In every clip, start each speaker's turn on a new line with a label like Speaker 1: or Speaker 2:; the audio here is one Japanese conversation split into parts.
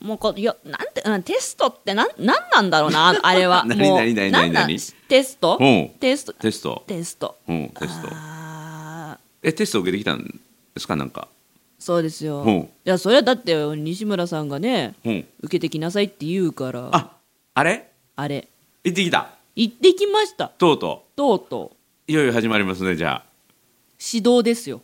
Speaker 1: もうこうよなんて、うん、テストってなんなんなんだろう なあれは
Speaker 2: 何
Speaker 1: もう
Speaker 2: 何何
Speaker 1: なんなん
Speaker 2: 何
Speaker 1: テスト
Speaker 2: うん
Speaker 1: テスト
Speaker 2: テスト
Speaker 1: テスト
Speaker 2: うんテスト
Speaker 1: あー
Speaker 2: えテスト受けてきたんですかなんか
Speaker 1: そうですよ
Speaker 2: うん
Speaker 1: いやそれはだって西村さんがね
Speaker 2: うん
Speaker 1: 受けてきなさいって言うからあ
Speaker 2: ああれ
Speaker 1: れ
Speaker 2: 行ってきた
Speaker 1: 行ってきました
Speaker 2: とうと
Speaker 1: とうとう
Speaker 2: ういよいよ始まりますねじゃあ
Speaker 1: 指導ですよ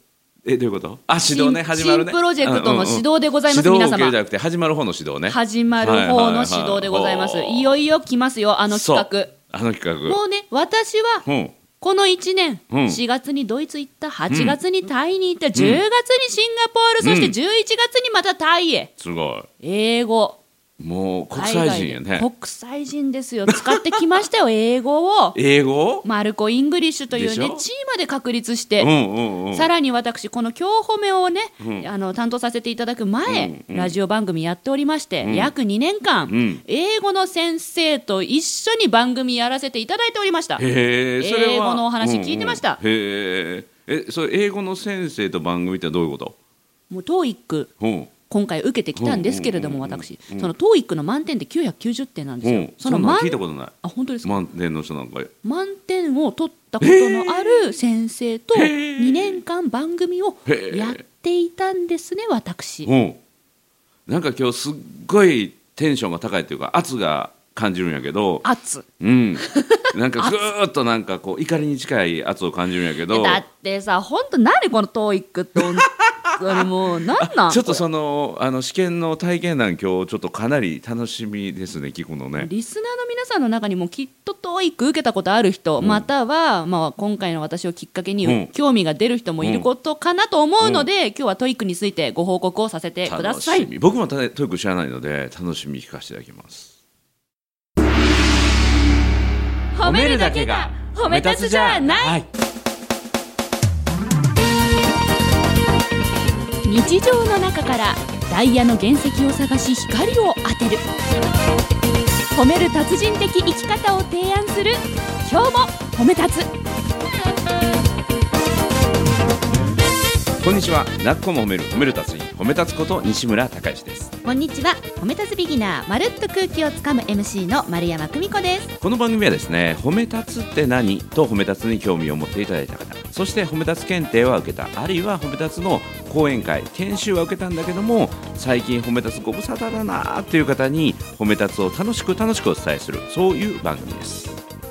Speaker 2: えどういうことあ指導ね
Speaker 1: 新
Speaker 2: 始まるね
Speaker 1: 新プロジェクトの指導でございます
Speaker 2: 指導を
Speaker 1: 皆様
Speaker 2: 受けるじゃなくて始まる方の指導ね
Speaker 1: 始まる方の指導でございます、いよ
Speaker 2: いよ
Speaker 1: いよ来ますよあの企
Speaker 2: あの企
Speaker 1: 画も
Speaker 2: 画
Speaker 1: うね私は
Speaker 2: うん
Speaker 1: この1年、
Speaker 2: うん
Speaker 1: 4月にドイツ行った8月にタイに行った、10月にシンガポール、そして
Speaker 2: うん
Speaker 1: 11月にまたタイへ
Speaker 2: すご
Speaker 1: 英語
Speaker 2: いもう国
Speaker 1: 海
Speaker 2: 際
Speaker 1: 外
Speaker 2: 人やね
Speaker 1: 国際人ですよ使ってきま したよ英語を
Speaker 2: 英語
Speaker 1: マルコ・イングリッシュという
Speaker 2: でし
Speaker 1: ね
Speaker 2: ょ
Speaker 1: チームで確立し
Speaker 2: う
Speaker 1: て、
Speaker 2: んうんうん
Speaker 1: さらに私この今日褒めをね、
Speaker 2: うん
Speaker 1: あの担当させていただく前、
Speaker 2: うんうん
Speaker 1: ラジオ番組やっておりまして、
Speaker 2: ん
Speaker 1: 約2年間、
Speaker 2: ん
Speaker 1: 英語の先生と一緒に番組やらせていただいておりました
Speaker 2: へえそれは
Speaker 1: 英語のお話聞いてました
Speaker 2: うんうんへええそれ英語の先生と番組ってどういうこと
Speaker 1: もう TOEIC
Speaker 2: うん
Speaker 1: 今回受けてきたんですけれども、
Speaker 2: うんうんうんうん
Speaker 1: 私、その TOEIC の満点で990点なんですよ、
Speaker 2: うん
Speaker 1: そ
Speaker 2: そ
Speaker 1: の
Speaker 2: んなの
Speaker 1: 満
Speaker 2: 聞いたことない
Speaker 1: あ本当ですか、
Speaker 2: 満点の人なんか
Speaker 1: 満点を取ったことのある先生と
Speaker 2: へー
Speaker 1: 2年間番組を
Speaker 2: へー
Speaker 1: やっていたんですね、私。
Speaker 2: うんなんか今日すっごいテンションが高いっていうか圧が感じるんやけど
Speaker 1: 圧
Speaker 2: うん、なんかぐーっとなんかこう怒りに近い圧を感じるんやけど
Speaker 1: だってさ、本当、何この TOEIC って、本当にもう、なんなん
Speaker 2: ちょっとそのあの試験の体験談今日ちょっとかなり楽しみですね聞くの
Speaker 1: これ
Speaker 2: ね。
Speaker 1: リスナーの皆さんの中にもきっと TOEIC 受けたことある人、または、まあ、今回の私をきっかけに、
Speaker 2: うん
Speaker 1: 興味が出る人もいることかなと思うので、今日は TOEIC についてご報告をさせてくだ
Speaker 2: 楽
Speaker 1: さ
Speaker 2: し
Speaker 1: い。
Speaker 2: み僕もたトイック知らないので楽しみに聞かせていただきます。
Speaker 1: 褒めるだけが褒め立つじゃない
Speaker 2: はい
Speaker 1: 日常の中からダイヤの原石を探し光を当てる褒める達人的生き方を提案する今日も褒め立つ
Speaker 2: こんにちはなっこも褒める褒める達人褒め立つこと西村孝之です。
Speaker 1: こんにちは褒め立つビギナーまるっと空気をつかむ MC の丸山久美子です
Speaker 2: この番組はですね褒め立つって何と褒め立つに興味を持っていただいた方そして褒め立つ検定は受けたあるいは褒め立つの講演会研修は受けたんだけども最近褒め立つご無沙汰だなーっていう方に褒め立つを楽しく楽しくお伝えするそういう番組です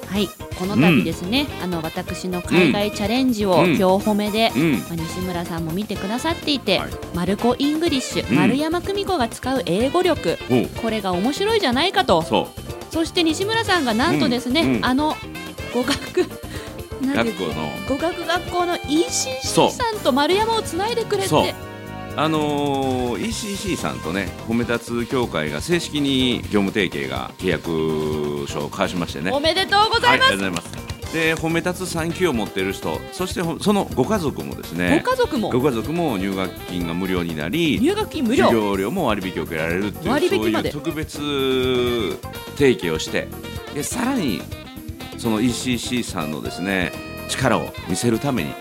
Speaker 1: はいこの度ですね、あの私の海外チャレンジを
Speaker 2: うん
Speaker 1: 今日褒めで、
Speaker 2: うん
Speaker 1: まあ西村さんも見てくださっていて、
Speaker 2: はい
Speaker 1: マルコ・イングリッシュ、
Speaker 2: うん
Speaker 1: 丸山久美子が使う英語力
Speaker 2: おう
Speaker 1: これが面白いじゃないかと
Speaker 2: そ
Speaker 1: そして西村さんがなんとですね、
Speaker 2: うんうん
Speaker 1: あの語学
Speaker 2: う
Speaker 1: なんていう
Speaker 2: 学
Speaker 1: の
Speaker 2: 校の
Speaker 1: 語学学校の ECC
Speaker 2: そう
Speaker 1: さんと丸山をつないでくれて
Speaker 2: そうあのー ECC さんとね褒め立つ協会が正式に業務提携が契約書を交わしましてね
Speaker 1: おめでとうございます、
Speaker 2: はい、ありがとうございますで褒め立つ産休を持っている人そしてほそのご家族もですね
Speaker 1: ご家族も
Speaker 2: ご家族も入学金が無料になり
Speaker 1: 入学金無
Speaker 2: 授
Speaker 1: 料
Speaker 2: 業料も割引を受けられるって
Speaker 1: 割
Speaker 2: いう
Speaker 1: 引
Speaker 2: そうい
Speaker 1: ま
Speaker 2: う
Speaker 1: で
Speaker 2: 特別提携をしてでさらにその ECC さんのですね力を見せるために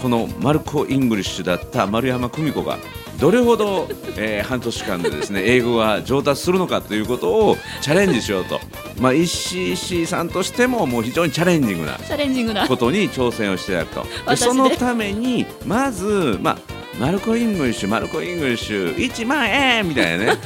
Speaker 2: このマルコ・イングリッシュだった丸山久美子がどれほど、えー半年間 でですね英語が上達するのかということをチャレンジしようと、まあ、ECC さんとしてももう非常にチャレンジングな
Speaker 1: チャレンジングな
Speaker 2: ことに挑戦をしていただくとで
Speaker 1: 私ね
Speaker 2: そのためにまず、まあ、マルコ・イングリッシュマルコ・イングリッシュ1万円みた いなね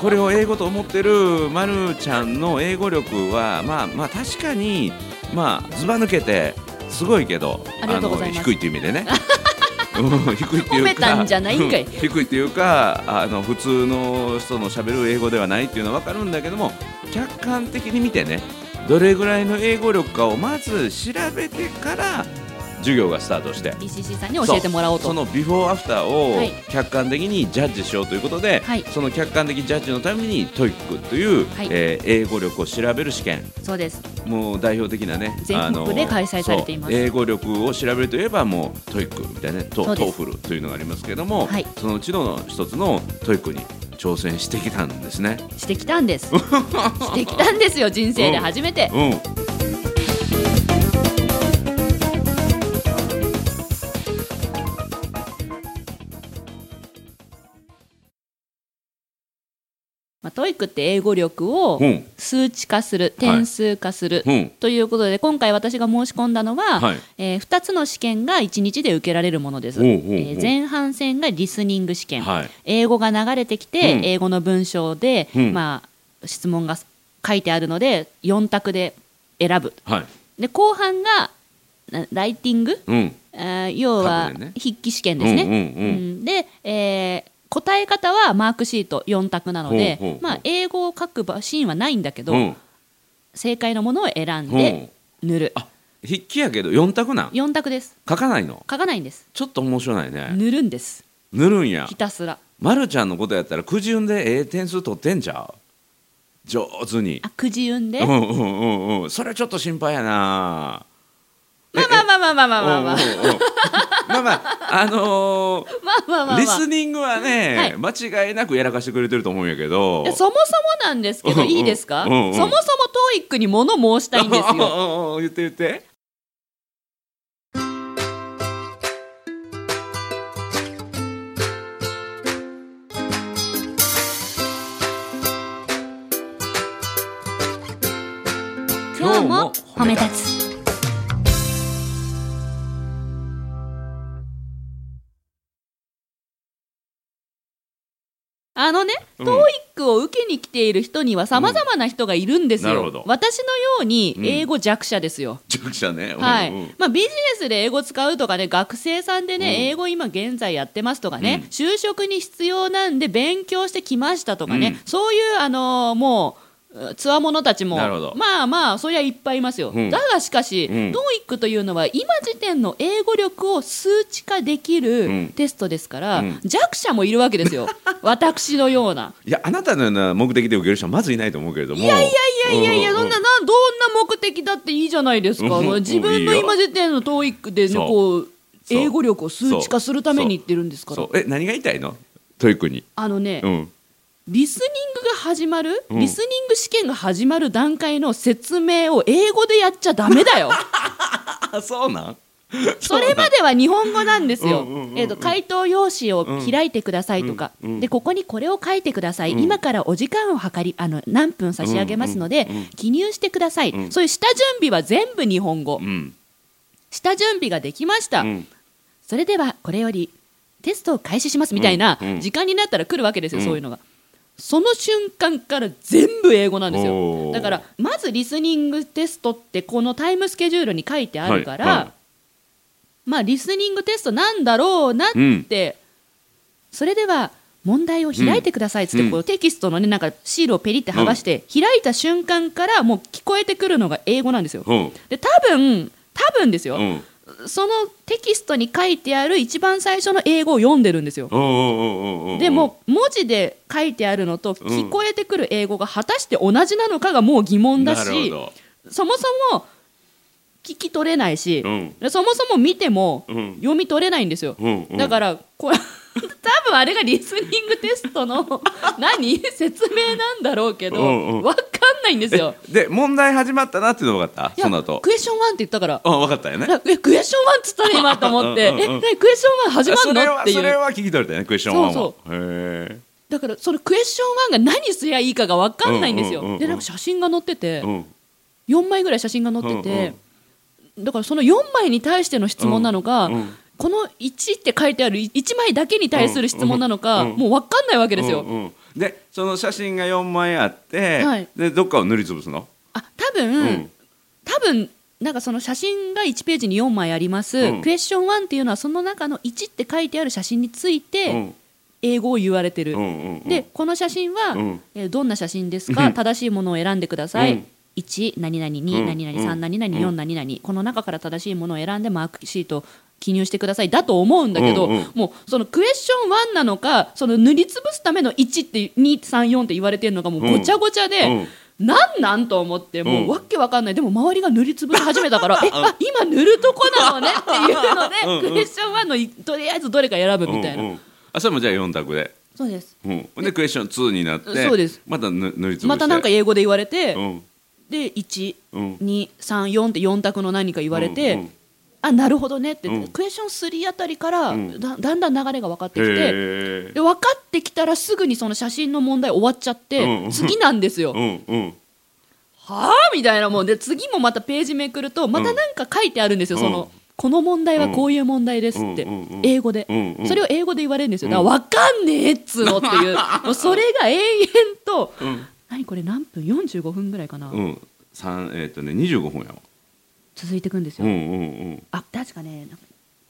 Speaker 2: これを英語と思ってるまるちゃんの英語力は、まあ、まあ確かに、まあ、ずば抜けてすごいけど
Speaker 1: ありがとうございます
Speaker 2: の低いっていう意 味でね。うん低いってい
Speaker 1: 褒
Speaker 2: うか
Speaker 1: めたんじゃないんかい
Speaker 2: うん低いっていうかあの普通の人の喋る英語ではないっていうのは分かるんだけども客観的に見てねどれぐらいの英語力かをまず調べてから授業がスタートして
Speaker 1: ECC さんに教えてもらおうと
Speaker 2: そのビフォーアフターを
Speaker 1: はい
Speaker 2: 客観的にジャッジしようということで、
Speaker 1: はい
Speaker 2: その客観的ジャッジのために TOEIC という、
Speaker 1: はい
Speaker 2: えー英語力を調べる試験
Speaker 1: そうです
Speaker 2: もう代表的なね
Speaker 1: 全国で開催されています
Speaker 2: あのそう英語力を調べるといえばもう TOEIC みたいなねと
Speaker 1: そ
Speaker 2: ト
Speaker 1: うです
Speaker 2: ーフルというのがありますけれども、
Speaker 1: はい
Speaker 2: そのうちの一つの TOEIC に挑戦してきたんですね。
Speaker 1: してきたんです してきたんですよ人生で初めて、
Speaker 2: うん
Speaker 1: まあ、トイックって英語力を
Speaker 2: うん
Speaker 1: 数値化する、点数化する、
Speaker 2: うん
Speaker 1: ということで今回私が申し込んだのは、
Speaker 2: はい
Speaker 1: え2つの試験が1日で受けられるものです、
Speaker 2: おうおうおう
Speaker 1: えー前半戦がリスニング試験、
Speaker 2: はい
Speaker 1: 英語が流れてきて、
Speaker 2: うん
Speaker 1: 英語の文章で、
Speaker 2: うん
Speaker 1: まあ、質問が書いてあるので4択で選ぶ
Speaker 2: はい
Speaker 1: で後半がなライティング、
Speaker 2: うん
Speaker 1: あー要は
Speaker 2: 多分ね
Speaker 1: 筆記試験ですね。
Speaker 2: うんうんう
Speaker 1: う
Speaker 2: ん
Speaker 1: んで、えー答え方はマークシート4択なので、
Speaker 2: ほうほうほう
Speaker 1: まあ、英語を書く場シーンはないんだけど、
Speaker 2: うん
Speaker 1: 正解のものを選んで塗る、
Speaker 2: あ筆記やけど4択なん
Speaker 1: 4択です
Speaker 2: 書かないの
Speaker 1: 書かないんです
Speaker 2: ちょっと面白いね
Speaker 1: 塗るんです
Speaker 2: 塗るんや
Speaker 1: ひたすら
Speaker 2: まるちゃんのことやったらくじ運でええ点数取ってんじゃう上手に
Speaker 1: あくじ運で、
Speaker 2: うん
Speaker 1: ま
Speaker 2: うんうんうんそれちょっと心配やな
Speaker 1: あまあまあまあまあまあまあまあ
Speaker 2: うんうんうんまあまああのー
Speaker 1: まあまあまあ
Speaker 2: リ
Speaker 1: まあ
Speaker 2: スニングはね、間違いなくやらかしてくれてると思うんやけど
Speaker 1: いやそもそもなんですけど
Speaker 2: うんうん
Speaker 1: いいですか、
Speaker 2: うんうん
Speaker 1: そもそも TOEIC に物申したいんです
Speaker 2: うん
Speaker 1: よ
Speaker 2: うんうん言って言って今日も褒め
Speaker 1: 立つあのね、
Speaker 2: うん
Speaker 1: TOEIC を受けに来ている人にはさまざまな人がいるんです
Speaker 2: なる
Speaker 1: よ、
Speaker 2: ほど
Speaker 1: 私のように
Speaker 2: うん
Speaker 1: 英語弱者ですよ、
Speaker 2: 弱者ね、うん
Speaker 1: はい
Speaker 2: うん
Speaker 1: まあ、ビジネスで英語使うとかね学生さんでね、
Speaker 2: うん
Speaker 1: 英語今現在やってますとかね、
Speaker 2: うん
Speaker 1: 就職に必要なんで勉強してきましたとかね、
Speaker 2: うん
Speaker 1: そういう、あのーもうつわものたちも
Speaker 2: なるほど
Speaker 1: まあまあそりゃいっぱいいますよ、
Speaker 2: うん
Speaker 1: だがしかし、
Speaker 2: う
Speaker 1: TOEIC
Speaker 2: ん
Speaker 1: というのは今時点の英語力を数値化でき
Speaker 2: うん
Speaker 1: るテストですから、
Speaker 2: うん
Speaker 1: 弱者もいるわけです よ私のような。
Speaker 2: いやあなたのような目的で受ける人はまずいないと思うけれどもいや
Speaker 1: い
Speaker 2: い
Speaker 1: やいやいや、そんな、なん、どんな目的だっていいじゃないですか。
Speaker 2: うん
Speaker 1: もう自分の今時点の TOEIC でね、
Speaker 2: そう
Speaker 1: こう、
Speaker 2: そう
Speaker 1: 英語力を数値化するために言ってるんですから
Speaker 2: そ。うえ何が言いたいのトイックに、
Speaker 1: あのね
Speaker 2: う、ん、
Speaker 1: リスニングが始まる、
Speaker 2: うん
Speaker 1: リスニング試験が始まる段階の説明を英語でやっちゃダメだ よ。
Speaker 2: あそうなん
Speaker 1: それまでは日本語なんですよ
Speaker 2: うんうんうんう。ん
Speaker 1: えっと回答用紙を開いてくださいとか、
Speaker 2: うんうん
Speaker 1: でここにこれを書いてください。
Speaker 2: うん
Speaker 1: 今からお時間を計りあの何分差し上げますので、
Speaker 2: うんうんうん
Speaker 1: 記入してください、
Speaker 2: うん
Speaker 1: そういう下準備は全部日本語。
Speaker 2: うん
Speaker 1: 下準備ができました、
Speaker 2: うん
Speaker 1: それではこれよりテストを開始しますみたいな
Speaker 2: うんうん
Speaker 1: 時間になったら来るわけですよ、
Speaker 2: うん
Speaker 1: そういうのがその瞬間から全部英語なんです
Speaker 2: お
Speaker 1: よ
Speaker 2: ー
Speaker 1: だからまずリスニングテストってこのタイムスケジュールに書いてあるから、
Speaker 2: はいは
Speaker 1: まあリスニングテストなんだろうなって、それでは問題を開いてくださいっつって、
Speaker 2: うん
Speaker 1: こうテキストのねなんかシールをペリって剥がして、開いた瞬間からもう聞こえてくるのが英語なんですよ、
Speaker 2: うん
Speaker 1: で多分多分ですよ、
Speaker 2: うんうん
Speaker 1: そのテキストに書いてある一番最初の英語を読んでるんですよ。
Speaker 2: うんうんうん
Speaker 1: でも文字で書いてあるのと聞こえてくる英語が果たして同じなのかがもう疑問だ
Speaker 2: なるほ
Speaker 1: し
Speaker 2: ど
Speaker 1: そもそも聞き取れないし、
Speaker 2: うん
Speaker 1: そもそも見ても
Speaker 2: うん
Speaker 1: 読み取れないんですよ、
Speaker 2: うんうん
Speaker 1: だからこれ 多分あれがリスニングテスト の何説明なんだろうけど
Speaker 2: うんうん
Speaker 1: 分かんないんですよ。
Speaker 2: で問題始まったなっていうの分かっ
Speaker 1: い
Speaker 2: た
Speaker 1: や
Speaker 2: その後
Speaker 1: クエスチョン1って言ったから
Speaker 2: あ分かったよね
Speaker 1: なえクエスチョンワンっつったね今と思って
Speaker 2: うんうんうん
Speaker 1: え何クエスチョンワン始ま
Speaker 2: そ
Speaker 1: ん
Speaker 2: れ
Speaker 1: のっ
Speaker 2: は
Speaker 1: てい
Speaker 2: それ
Speaker 1: う
Speaker 2: は聞き取れたよねクエスチョン1は
Speaker 1: そう
Speaker 2: へ
Speaker 1: だからそのクエスチョンワンが何すりゃいいかが分かんないんですよ、
Speaker 2: うんうんうんうん
Speaker 1: でなんか写真が載ってて
Speaker 2: え、うん
Speaker 1: 4枚ぐらい写真が載ってて、だからその4枚に対しての質問なのか、
Speaker 2: うんうん
Speaker 1: この1って書いてある1枚だけに対する質問なのか、
Speaker 2: うんうんうん
Speaker 1: もう分かんないわけですよ、
Speaker 2: うんうんでその写真が4枚あって、
Speaker 1: はい
Speaker 2: でどっかを塗りつぶすの
Speaker 1: あ多分、
Speaker 2: うん
Speaker 1: 多分なんかその写真が1ページに4枚あります、
Speaker 2: うん
Speaker 1: クエスチョン1っていうのはその中の1って書いてある写真について、
Speaker 2: うん
Speaker 1: 英語を言われてる、
Speaker 2: うんうんうん
Speaker 1: でこの写真は、
Speaker 2: うん
Speaker 1: えーどんな写真ですか、
Speaker 2: うん
Speaker 1: 正しいものを選んでください、
Speaker 2: うん
Speaker 1: 1何々
Speaker 2: う
Speaker 1: 2
Speaker 2: ん
Speaker 1: 何々
Speaker 2: う
Speaker 1: 3
Speaker 2: ん
Speaker 1: 何々4何々この中から正しいものを選んでマークシートを記入してくださいだと思うんだけど、
Speaker 2: うんうん
Speaker 1: もうそのクエスチョン1なのかその塗りつぶすための1って234って言われてるのがもうごちゃごちゃで。
Speaker 2: うん
Speaker 1: なんなんと思っても
Speaker 2: うん
Speaker 1: うわっけわかんないでも周りが塗りつぶし始め たからえあ今塗るとこなのねっていうので
Speaker 2: うんうん
Speaker 1: クエスチョン1のいとりあえずどれか選ぶみたいな、
Speaker 2: うんうんあそれもじゃあ4択で、
Speaker 1: そうです
Speaker 2: うん、でクエスチョン2になって
Speaker 1: そうです
Speaker 2: また塗塗りつぶして
Speaker 1: またなんか英語で言われて、
Speaker 2: うん
Speaker 1: で1、
Speaker 2: うん
Speaker 1: 234って4択の何か言われて、
Speaker 2: うんうん
Speaker 1: あなるほどねって、
Speaker 2: うん
Speaker 1: クエスチョン3あたりから
Speaker 2: うん
Speaker 1: だだんだん流れが分かってきて、
Speaker 2: へ
Speaker 1: で分かってきたらすぐにその写真の問題終わっちゃって、
Speaker 2: うん
Speaker 1: 次なんですよ、
Speaker 2: ーうんうん
Speaker 1: はあみたいなもんで次もまたページめくるとまたなんか書いてあるんですよ、
Speaker 2: うん
Speaker 1: そのこの問題はこういう問題ですって、
Speaker 2: うんうんうん
Speaker 1: 英語で、
Speaker 2: うんうん
Speaker 1: それを英語で言われるんですよ、
Speaker 2: うん
Speaker 1: だから分かんねえっつうのって いうもうそれが永遠と、
Speaker 2: うん
Speaker 1: 何これ何分45分ぐらいかな、
Speaker 2: うん三えっ、とね二十五分やわ
Speaker 1: 続いていくんです
Speaker 2: う
Speaker 1: よ、
Speaker 2: んうん
Speaker 1: あ確かねなんか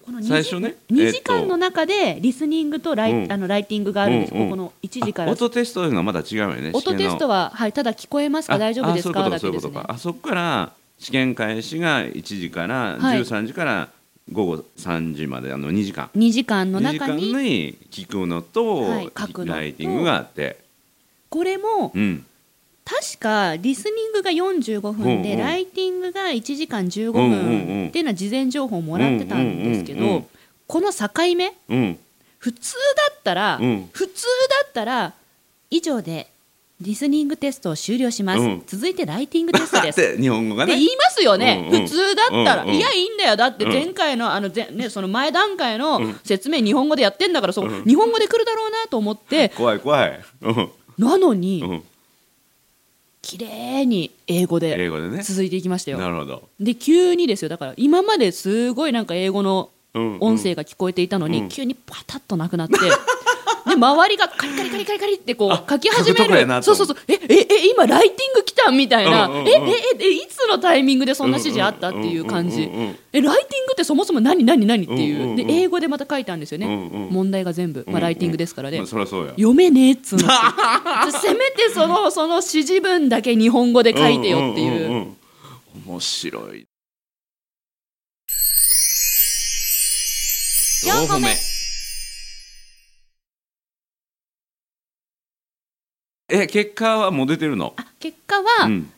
Speaker 1: この2
Speaker 2: 最初ね
Speaker 1: 2時間の
Speaker 2: え
Speaker 1: 中でリスニングとライ,、
Speaker 2: うん
Speaker 1: あのライティングがあるんです、
Speaker 2: うんう
Speaker 1: こ
Speaker 2: ん
Speaker 1: この1
Speaker 2: うん
Speaker 1: 時か
Speaker 2: あ
Speaker 1: ら
Speaker 2: 音テストというのはまだ違うよね
Speaker 1: 音テスト
Speaker 2: は
Speaker 1: は、はい、ただ聞こえますか大丈夫ですか
Speaker 2: あ
Speaker 1: だ
Speaker 2: そう
Speaker 1: け
Speaker 2: い
Speaker 1: で
Speaker 2: うこ
Speaker 1: す
Speaker 2: とそ
Speaker 1: ね
Speaker 2: ういうことかあそこから試験開始が一時から
Speaker 1: はい
Speaker 2: 十三時から午後三時まであの二時間
Speaker 1: 2時間の
Speaker 2: 二時
Speaker 1: 中
Speaker 2: 間
Speaker 1: に
Speaker 2: に聞くのと、
Speaker 1: はい書くのと
Speaker 2: ライティングがあって
Speaker 1: これも
Speaker 2: うん
Speaker 1: 確かリスニングが45分で、
Speaker 2: うんうん
Speaker 1: ライティングが1時間15
Speaker 2: うんうんう
Speaker 1: 分
Speaker 2: ん
Speaker 1: っていうのは事前情報をもらってたんですけど、
Speaker 2: うんうんうんうん
Speaker 1: この境目
Speaker 2: うん
Speaker 1: 普通だったら、
Speaker 2: うん
Speaker 1: 普通だったら以上でリスニングテストを終了します、
Speaker 2: うん
Speaker 1: 続いてライティングテスト
Speaker 2: だ
Speaker 1: で
Speaker 2: っ
Speaker 1: すって
Speaker 2: て日本語がね
Speaker 1: 言いますよね、
Speaker 2: うんうん
Speaker 1: 普通だったら、
Speaker 2: うんうん
Speaker 1: いやいいんだよだって
Speaker 2: うん
Speaker 1: 前回のあの前、ね、その前段階の
Speaker 2: うん
Speaker 1: 説明日本語でやってんだからそう、
Speaker 2: うん
Speaker 1: 日本語で来るだろうなと思って
Speaker 2: 怖い怖いうん
Speaker 1: なのに、
Speaker 2: うん
Speaker 1: 綺麗に英語で
Speaker 2: 英語でね
Speaker 1: 続いていきましたよ。
Speaker 2: なるほど
Speaker 1: で急にですよだから今まですごいなんか英語の
Speaker 2: うん
Speaker 1: 音声が聞こえていたのに、
Speaker 2: うん
Speaker 1: 急にパタッとなくなって で周りがカリカリカリカリカリってこ
Speaker 2: あ
Speaker 1: う書き始
Speaker 2: 書く
Speaker 1: め
Speaker 2: とこや
Speaker 1: る
Speaker 2: な
Speaker 1: そ
Speaker 2: と
Speaker 1: うそうそうえええ今ライティング来たみたいな、
Speaker 2: うんうんうん
Speaker 1: ええええいつのタイミングでそんな指示あったっていう感じ、
Speaker 2: うんうんうんうんうん
Speaker 1: えライティングってそもそも何何何っていう,、
Speaker 2: うんうんうん
Speaker 1: で英語でまた書いたんですよね、
Speaker 2: うんうん
Speaker 1: 問題が全部、まあ、ライティングですからね、
Speaker 2: まあそりゃそうや
Speaker 1: 読めねえっ つうのせめてそのその指示文だけ日本語で書いてよっていう,、
Speaker 2: んんんうん面白い
Speaker 1: 四個目
Speaker 2: え結果はもう出てるの
Speaker 1: あ結果は、
Speaker 2: うん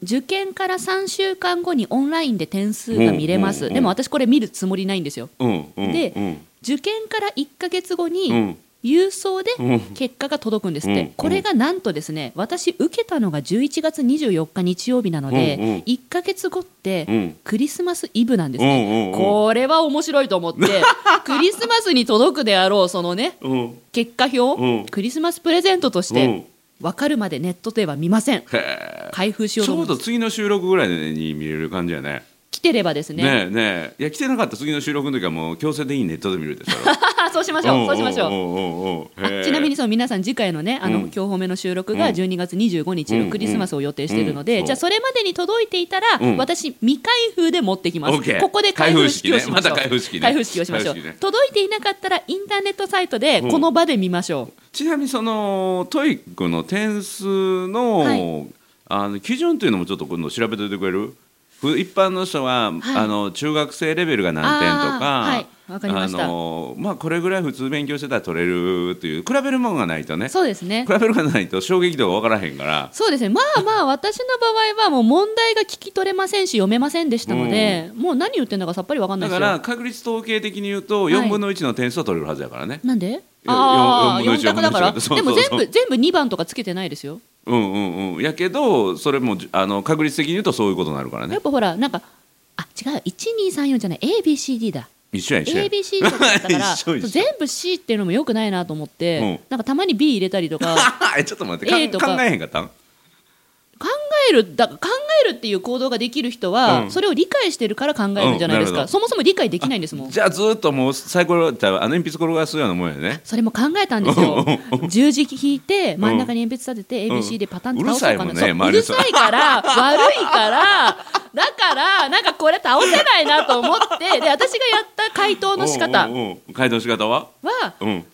Speaker 1: 受験から3週間後にオンラインで点数が見れま
Speaker 2: うんうん
Speaker 1: す
Speaker 2: うん
Speaker 1: でも私これ見るつもりないんですよ
Speaker 2: うんうん
Speaker 1: で
Speaker 2: うん
Speaker 1: 受験から1ヶ月後
Speaker 2: う
Speaker 1: に
Speaker 2: ん
Speaker 1: 郵送で
Speaker 2: うん
Speaker 1: 結果が届くんですっ
Speaker 2: うんうん
Speaker 1: てこれがなんとですね私受けたのが11月24日日曜日なので
Speaker 2: うんうん
Speaker 1: 1ヶ月後っ
Speaker 2: う
Speaker 1: て
Speaker 2: ん
Speaker 1: クリスマスイブなんです
Speaker 2: う
Speaker 1: ね
Speaker 2: んうんうん
Speaker 1: これは面白いと思って クリスマスに届くであろうそのね
Speaker 2: うん
Speaker 1: 結果
Speaker 2: うん
Speaker 1: 表クリスマスプレゼントとし
Speaker 2: う
Speaker 1: て
Speaker 2: ん
Speaker 1: 分かるまでネットでは見ません
Speaker 2: へえ
Speaker 1: 開封しよう
Speaker 2: ち
Speaker 1: と
Speaker 2: ょ
Speaker 1: 思
Speaker 2: う
Speaker 1: いま
Speaker 2: ど
Speaker 1: す
Speaker 2: 次の収録ぐらいに見れる感じやね
Speaker 1: 来てればですね
Speaker 2: ねえねえいや来てなかったら次の収録の時はもう強制的にネットで見るでしょ
Speaker 1: あ そうしまし ょう、そうしましょう。
Speaker 2: ょ
Speaker 1: あちなみにその皆さん次回のねあの、
Speaker 2: うん
Speaker 1: 今日褒めの収録が
Speaker 2: うん
Speaker 1: 12月25日
Speaker 2: う
Speaker 1: の
Speaker 2: ん
Speaker 1: クリスマスを予定しているので、
Speaker 2: うん
Speaker 1: じゃあそれまでに届いていたら、
Speaker 2: うん
Speaker 1: 私未開封で持ってきます、
Speaker 2: オッケー
Speaker 1: ここで開封式をしましょう
Speaker 2: 開封式ねまた開封式ね
Speaker 1: をしましょう、
Speaker 2: 開封式ね
Speaker 1: 届いていなかったらインターネットサイトで
Speaker 2: うん
Speaker 1: この場で見ましょう、
Speaker 2: ちなみにそのトイックの点数の,、
Speaker 1: はい
Speaker 2: あの基準というのもちょっと今度調べておいてくれるふ一般の人は、あの中学生レベルが何点とか
Speaker 1: あーはいわかりました
Speaker 2: あの、まあ、これぐらい普通勉強してたら取れるっていう比べるものがないとね
Speaker 1: そうですね
Speaker 2: 比べるものがないと衝撃度が分からへんから
Speaker 1: そうですねまあまあ私の場合はもう問題が聞き取れませんし読めませんでしたので、もう何言ってんだかさっぱりわかんな
Speaker 2: だ
Speaker 1: いで
Speaker 2: か
Speaker 1: すよ
Speaker 2: ら確率統計的に言うと
Speaker 1: い
Speaker 2: 4分の1の点数は取れるはずやからね、
Speaker 1: なんで
Speaker 2: や
Speaker 1: ああ
Speaker 2: 四
Speaker 1: 4択
Speaker 2: 分の
Speaker 1: だ
Speaker 2: 一
Speaker 1: から
Speaker 2: 四分の一そう
Speaker 1: でも
Speaker 2: そう
Speaker 1: 全
Speaker 2: そう
Speaker 1: 部全部2番とかつけてないですよ
Speaker 2: うんうんうんやけどそれもじあの確率的に言うとそういうことになるから
Speaker 1: や
Speaker 2: ね
Speaker 1: っぱほらなんかあ違う1234じゃない ABCD だ
Speaker 2: 一緒や一緒や
Speaker 1: ABC とかだったから
Speaker 2: 一緒一緒
Speaker 1: 全部 C っていうのもよくないなと思って、
Speaker 2: うん
Speaker 1: なんかたまに B 入れたりと か
Speaker 2: えちょっと待ってか
Speaker 1: A とか
Speaker 2: 考えへんかったん
Speaker 1: 考えるだ考えるっていう行動ができる人は、
Speaker 2: うん
Speaker 1: それを理解してるから考えるんじゃないです
Speaker 2: うんな
Speaker 1: か、
Speaker 2: るほど
Speaker 1: そもそも理解できないんですもん
Speaker 2: じゃあずーっともうサイコロちゃうあの鉛筆転がすようなもんやね
Speaker 1: それも考えたんですよ十字引いて真ん中に鉛筆立てて
Speaker 2: うん
Speaker 1: ABC でパタンって倒そうかな
Speaker 2: うるさいもんね
Speaker 1: そううるさいから悪いからだからなんかこれ倒せないなと思ってで私がやった回答の仕方
Speaker 2: うんうんうん回答の仕方は
Speaker 1: は
Speaker 2: うん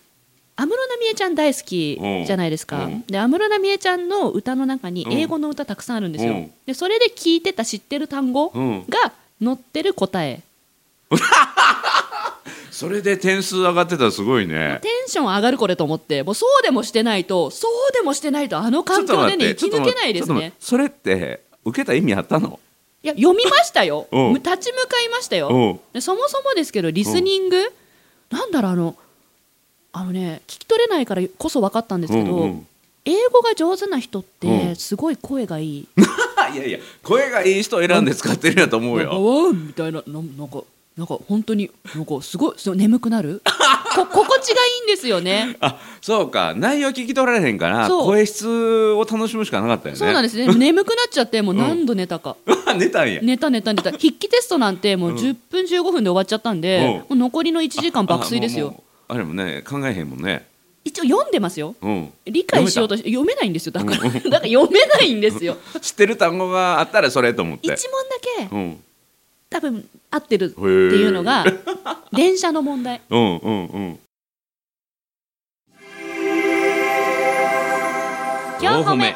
Speaker 1: 安室奈美恵ちゃん大好きじゃないですか、
Speaker 2: うん
Speaker 1: で安室奈美恵ちゃんの歌の中に
Speaker 2: うん
Speaker 1: 英語の歌たくさんあるんですよ、
Speaker 2: うん
Speaker 1: でそれで聞いてた知ってる単語
Speaker 2: うん
Speaker 1: が載ってる答え、
Speaker 2: それで点数上がってたらすごいね
Speaker 1: テンション上がるこれと思ってもうそうでもしてないとそうでもしてないとあの環境でね生
Speaker 2: ち
Speaker 1: き
Speaker 2: ょっと
Speaker 1: 抜
Speaker 2: 待
Speaker 1: け
Speaker 2: って
Speaker 1: ないです
Speaker 2: ちょっと待って
Speaker 1: ね
Speaker 2: それって受けた意味あったの
Speaker 1: いや読みましたよ
Speaker 2: うん
Speaker 1: 立ち向かいました
Speaker 2: う
Speaker 1: よ
Speaker 2: ん
Speaker 1: でそもそもですけどリスニングなんだろうあのあのね聞き取れないからこそ分かったんですけど、
Speaker 2: うんうん
Speaker 1: 英語が上手な人っ
Speaker 2: う
Speaker 1: て
Speaker 2: ん
Speaker 1: すごい声がいい、
Speaker 2: いやいや声がいい人選んで使ってるやと思う
Speaker 1: なんか
Speaker 2: よ
Speaker 1: わーみたいなななんかなんか本当になんかすごいそう眠くな るこ心地がいいんですよね
Speaker 2: あそうか内容聞き取られへんから
Speaker 1: そう
Speaker 2: 声質を楽しむしかなかったよね
Speaker 1: そう なんですね眠くなっちゃってもう何度寝たか、
Speaker 2: す寝たんや、
Speaker 1: 寝た寝た寝た筆記テストなんてもう10分15分で終わっちゃったんで、もう残りの1時間爆睡です
Speaker 2: あもう
Speaker 1: よ
Speaker 2: もうあれもね考えへんもんね
Speaker 1: 一応読んでますよ
Speaker 2: うん
Speaker 1: 理解しようとして読めないんですよだから だから読めないんですよ
Speaker 2: 知ってる単語があったらそれと思っ
Speaker 1: 一
Speaker 2: て
Speaker 1: 問だけ
Speaker 2: うん
Speaker 1: 多分合ってるっていうのが 電車の問題
Speaker 2: うんうんうん
Speaker 3: 4歩目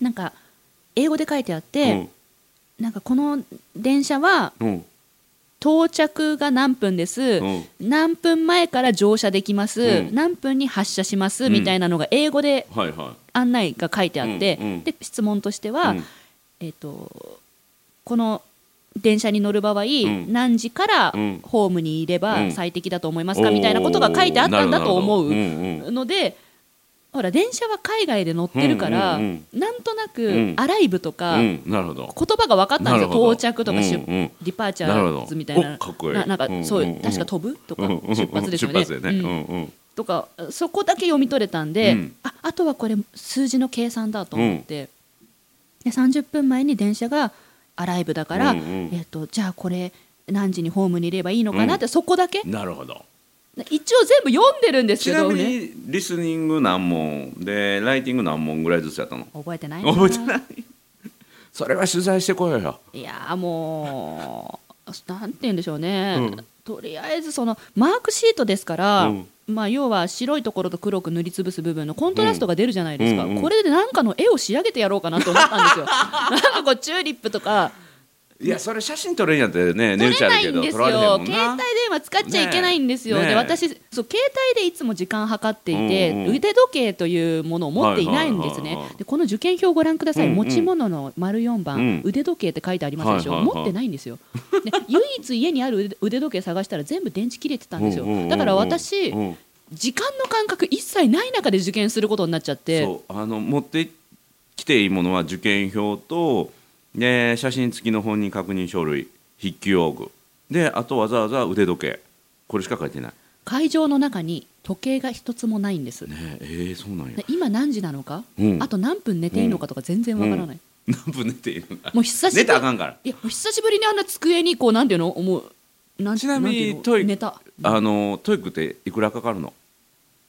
Speaker 1: なんか英語で書いてあっ
Speaker 2: う
Speaker 1: て、
Speaker 2: ん
Speaker 1: なんかこの電車は
Speaker 2: うん
Speaker 1: 到着が何分です、
Speaker 2: うん
Speaker 1: 何分前から乗車できます、
Speaker 2: うん
Speaker 1: 何分に発車します、
Speaker 2: うん
Speaker 1: みたいなのが英語で
Speaker 2: はいは
Speaker 1: 案内が書いてあって、
Speaker 2: うんうん
Speaker 1: で質問として
Speaker 2: い
Speaker 1: は、
Speaker 2: うん
Speaker 1: えっとこの電車に乗る場合、
Speaker 2: ん
Speaker 1: 何時から
Speaker 2: うん
Speaker 1: ホームにいれ
Speaker 2: う
Speaker 1: ば
Speaker 2: ん
Speaker 1: 最適だと思いますか、みたいなことが書いてあったんだと思
Speaker 2: お
Speaker 1: う
Speaker 2: ーなるほどなるほどうんうん
Speaker 1: ので。ほら電車は海外で乗ってるから、
Speaker 2: うんうん
Speaker 1: なんとな
Speaker 2: う
Speaker 1: く
Speaker 2: ん
Speaker 1: アライブとか、
Speaker 2: うんなるほど
Speaker 1: 言葉が分かったんですよ
Speaker 2: なるほど
Speaker 1: 到着とか出、
Speaker 2: うんうん
Speaker 1: ディパーチャ
Speaker 2: なるほ
Speaker 1: ーズ
Speaker 2: ど
Speaker 1: みたいな
Speaker 2: おかっこいい
Speaker 1: ななんか、
Speaker 2: うん
Speaker 1: そううん確か飛ぶとか、
Speaker 2: うんうんうん
Speaker 1: 出発ですよね
Speaker 2: 出発だよね
Speaker 1: う
Speaker 2: うんんうん
Speaker 1: とかそこだけ読み取れたんで、
Speaker 2: うん
Speaker 1: ああとはこれ数字の計算だと思って、で30分前に電車がアライブだから、
Speaker 2: うんうん
Speaker 1: えっとじゃあこれ何時にホームにいればいいのかなって、そこだけ
Speaker 2: なるほど
Speaker 1: 一応全部読んでるんです
Speaker 2: ち
Speaker 1: け
Speaker 2: な
Speaker 1: ど
Speaker 2: み
Speaker 1: ね
Speaker 2: にリスニング何問でライティング何問ぐらいずつやったの
Speaker 1: 覚えてないな
Speaker 2: 覚えてない それは取材してこようよ
Speaker 1: いやーもうなんて言うんでしょうね、
Speaker 2: うん
Speaker 1: とりあえずそのマークシートですから、
Speaker 2: うん
Speaker 1: まあ、要は白いところと黒く塗りつぶす部分のコントラストが出るじゃないですか、
Speaker 2: うんうんうん
Speaker 1: これでなんかの絵を仕上げてやろうかなと思ったんですよ なんかこうチューリップとか
Speaker 2: いやそれ写真撮れんやったらね
Speaker 1: 撮
Speaker 2: 値打
Speaker 1: れ
Speaker 2: ちあ
Speaker 1: な
Speaker 2: る
Speaker 1: い
Speaker 2: け
Speaker 1: ん
Speaker 2: ど
Speaker 1: です
Speaker 2: 撮
Speaker 1: よ
Speaker 2: られへんもん
Speaker 1: 携帯
Speaker 2: な
Speaker 1: 電話使っちゃいけないんですよ、
Speaker 2: ねえ
Speaker 1: で私そう携帯でいつも時間計っていて、
Speaker 2: うんうん
Speaker 1: 腕時計というものを持っていないんです
Speaker 2: はいは
Speaker 1: ね
Speaker 2: いはいはい
Speaker 1: でこの受験票をご覧ください、
Speaker 2: うんうん
Speaker 1: 持ち物の丸4番、
Speaker 2: うん
Speaker 1: 腕時計って書いてありますでしょ、
Speaker 2: はいはいはい
Speaker 1: 持ってないんですよで 唯一家にある腕腕時計探したら全部電池切れてたんですよ、
Speaker 2: うんうんうんうん
Speaker 1: だから私、
Speaker 2: うん
Speaker 1: 時間の感覚一切ない中で受験することになっちゃって
Speaker 2: そうあの持ってきていいものは受験票とで写真付きの本人確認書類筆記用具であとわざわざ腕時計これしか書いてない
Speaker 1: 会場の中に時計が一つもないんです、
Speaker 2: ねええーそうなんや
Speaker 1: で今何時なのか、
Speaker 2: うん
Speaker 1: あと何分寝ていいのかとか全然わからない、
Speaker 2: 何分寝ていいのか
Speaker 1: もう久しぶり
Speaker 2: 寝たらあかんから
Speaker 1: いやもう久しぶりにあんな机にこうなんていうの思うなん
Speaker 2: ちなみに
Speaker 1: んていう
Speaker 2: ト
Speaker 1: の
Speaker 2: イ
Speaker 1: ネタ
Speaker 2: あのトイックっていくらかかるの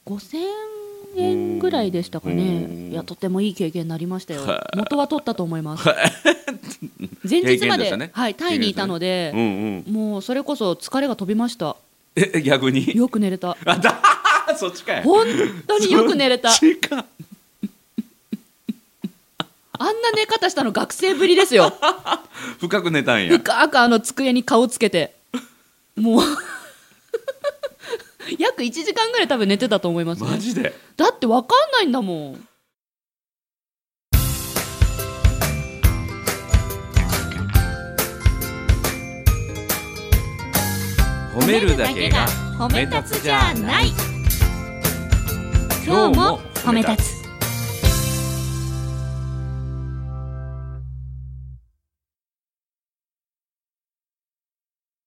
Speaker 1: 5000円ぐらいでしたか
Speaker 2: う
Speaker 1: ね
Speaker 2: ん
Speaker 1: いやとてもいい経験になりましたよ
Speaker 2: は
Speaker 1: 元は取ったと思います前
Speaker 2: 経
Speaker 1: 日
Speaker 2: 験
Speaker 1: まで
Speaker 2: したね
Speaker 1: はい、タイにいたので
Speaker 2: うんうん
Speaker 1: もうそれこそ疲れが飛びました
Speaker 2: え逆に
Speaker 1: よく寝れた
Speaker 2: あだそっちかい
Speaker 1: 本当によく寝れ た
Speaker 2: そっちか
Speaker 1: あんな寝方したの学生ぶりですよ
Speaker 2: 深く寝たんや
Speaker 1: 深くあの机に顔つけてもう 約1時間ぐらい多分寝てたと思いますね
Speaker 2: マジで
Speaker 1: だってわかんないんだもん
Speaker 2: 褒めるだけが
Speaker 3: 褒
Speaker 2: め立つじゃない
Speaker 3: 今日も褒め立つ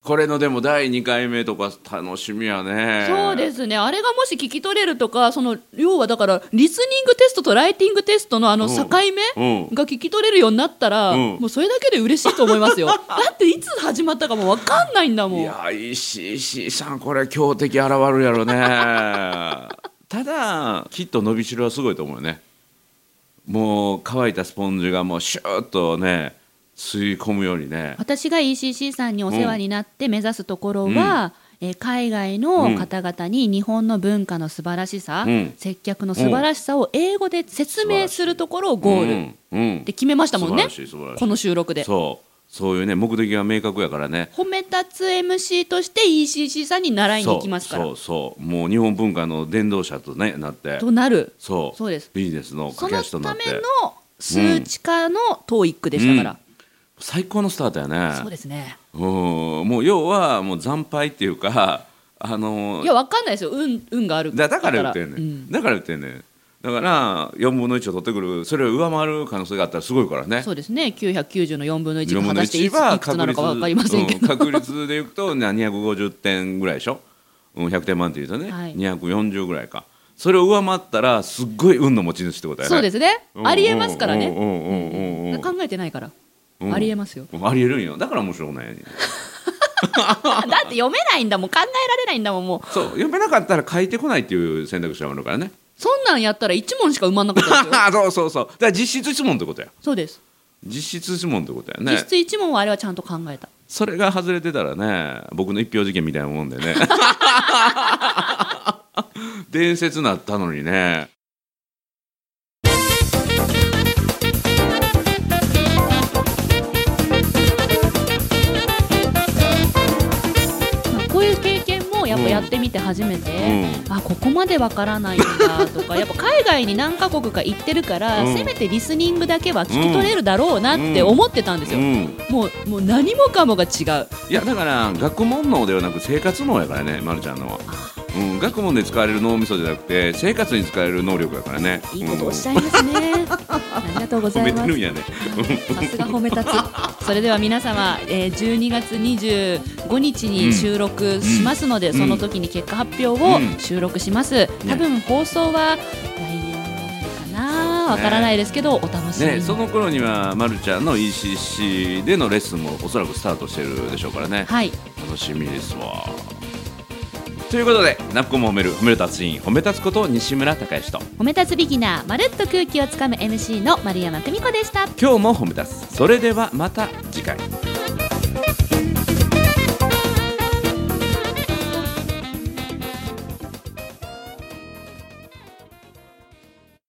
Speaker 2: これのでも第2回目とか楽しみやね
Speaker 1: そうですすねあれがもし聞き取れるとかその要はだからリスニングテストとライティングテストのあの
Speaker 2: うん
Speaker 1: 境
Speaker 2: う
Speaker 1: 目
Speaker 2: ん
Speaker 1: が聞き取れるようになったら、
Speaker 2: うん
Speaker 1: もうそれだけで嬉しいと思い ますよだっていつ始まったかもわかんないんだもん
Speaker 2: いや石石井さんこれ強敵現るやろ ねただきっと伸びしろはすごいと思うよねもう乾いたスポンジがもうシューッとね吸い込むようにね
Speaker 1: 私が ECC さんにお世話になって目指すところは、えー海外の方々に日本の文化の素晴らしさ、
Speaker 2: うん
Speaker 1: 接客の素晴らしさを英語で説明するところをゴールっ
Speaker 2: うん、うん
Speaker 1: て決めましたもんね、
Speaker 2: 素晴らしい素晴らしい
Speaker 1: この収録で。
Speaker 2: そうそういうね目的が明確やからね
Speaker 1: 褒め立つ MC として ECC さんに習いに行きますから。
Speaker 2: そうそうそうもう日本文化の伝道者とねなって
Speaker 1: となる
Speaker 2: そう
Speaker 1: そうです
Speaker 2: ビジネスの
Speaker 1: そ
Speaker 2: 駆け
Speaker 1: の
Speaker 2: 足とな
Speaker 1: た
Speaker 2: っ
Speaker 1: め
Speaker 2: て
Speaker 1: の数値化の TOEIC でしたから、
Speaker 2: 最高のスタートやね
Speaker 1: そうですね
Speaker 2: うんもう要はもう惨敗っていうかあの
Speaker 1: いやわかんないですよ運運がある
Speaker 2: だだから言ってんね
Speaker 1: うん
Speaker 2: んだから言ってんねんだから4分の1を取ってくるそれを上回る可能性があったらすごいからね
Speaker 1: そうですね990の4分の1
Speaker 2: 4
Speaker 1: が
Speaker 2: 分
Speaker 1: 果
Speaker 2: の
Speaker 1: たしてい
Speaker 2: 1
Speaker 1: つい
Speaker 2: は
Speaker 1: くつ
Speaker 2: 確
Speaker 1: なのか
Speaker 2: 率
Speaker 1: 分かりませんけ
Speaker 2: うん
Speaker 1: ど、
Speaker 2: 確率でいくと な250点ぐらいでしょ、うん、100点満点で言うとね、
Speaker 1: はい
Speaker 2: 240ぐらいかそれを上回ったらすっごい運の持ち主ってことやね
Speaker 1: そうですね
Speaker 2: うん
Speaker 1: ありえますからね
Speaker 2: うんうんうんうんうん
Speaker 1: 考えてないから、
Speaker 2: うん
Speaker 1: ありえますよ
Speaker 2: ありえるんよだから面白くないね
Speaker 1: だって読めないんだもん考えられないんだもんもう
Speaker 2: そう読めなかったら書いてこないっていう選択肢もあるからね
Speaker 1: そんなんやったら1問しか埋まんなかっ たですよ
Speaker 2: そうそうそうだから実質質問ってことや
Speaker 1: そうです、
Speaker 2: 実質質問ってことやね
Speaker 1: 実質1問はあれはちゃんと考えた
Speaker 2: それが外れてたらね僕の一票事件みたいなもんでね 伝説なったのにね
Speaker 1: まあこういう経験もやっぱやってみて初めて、あここまでわからないんだと かやっぱ海外に何カ国か行ってるから、
Speaker 2: うん
Speaker 1: せめてリスニングだけは聞き取れるだろうなって思ってたんです
Speaker 2: う
Speaker 1: よ、
Speaker 2: ん
Speaker 1: もうもう何もかもが違う
Speaker 2: いやだから学問能ではなく生活能やからね、ま、るちゃんのは、うん、学問で使われる脳みそじゃなくて生活に使える能力やからね
Speaker 1: いいことおっし
Speaker 2: ゃ
Speaker 1: ゃいます ねありがとうご
Speaker 2: うん、褒
Speaker 1: ざ
Speaker 2: め
Speaker 1: い
Speaker 2: て
Speaker 1: ます
Speaker 2: るんやね
Speaker 1: さすが褒め立つそれでは皆様、えー12月25日に収録しますので、
Speaker 2: ん
Speaker 1: その時に結果発表
Speaker 2: うん
Speaker 1: を収録します、多分放送は来年になるかなわからないですけど、お楽しみに、
Speaker 2: ねその頃には、ま、るちゃんの ECC でのレッスンもおそらくスタートしてるでしょうからね、
Speaker 1: はい
Speaker 2: 楽しみですわということでナプコも褒める褒める達人褒め立つこと西村孝之と
Speaker 1: 褒め立つビギナーまるっと空気をつかむ MC の丸山久美子でした
Speaker 2: 今日も褒め立つそれではまた次回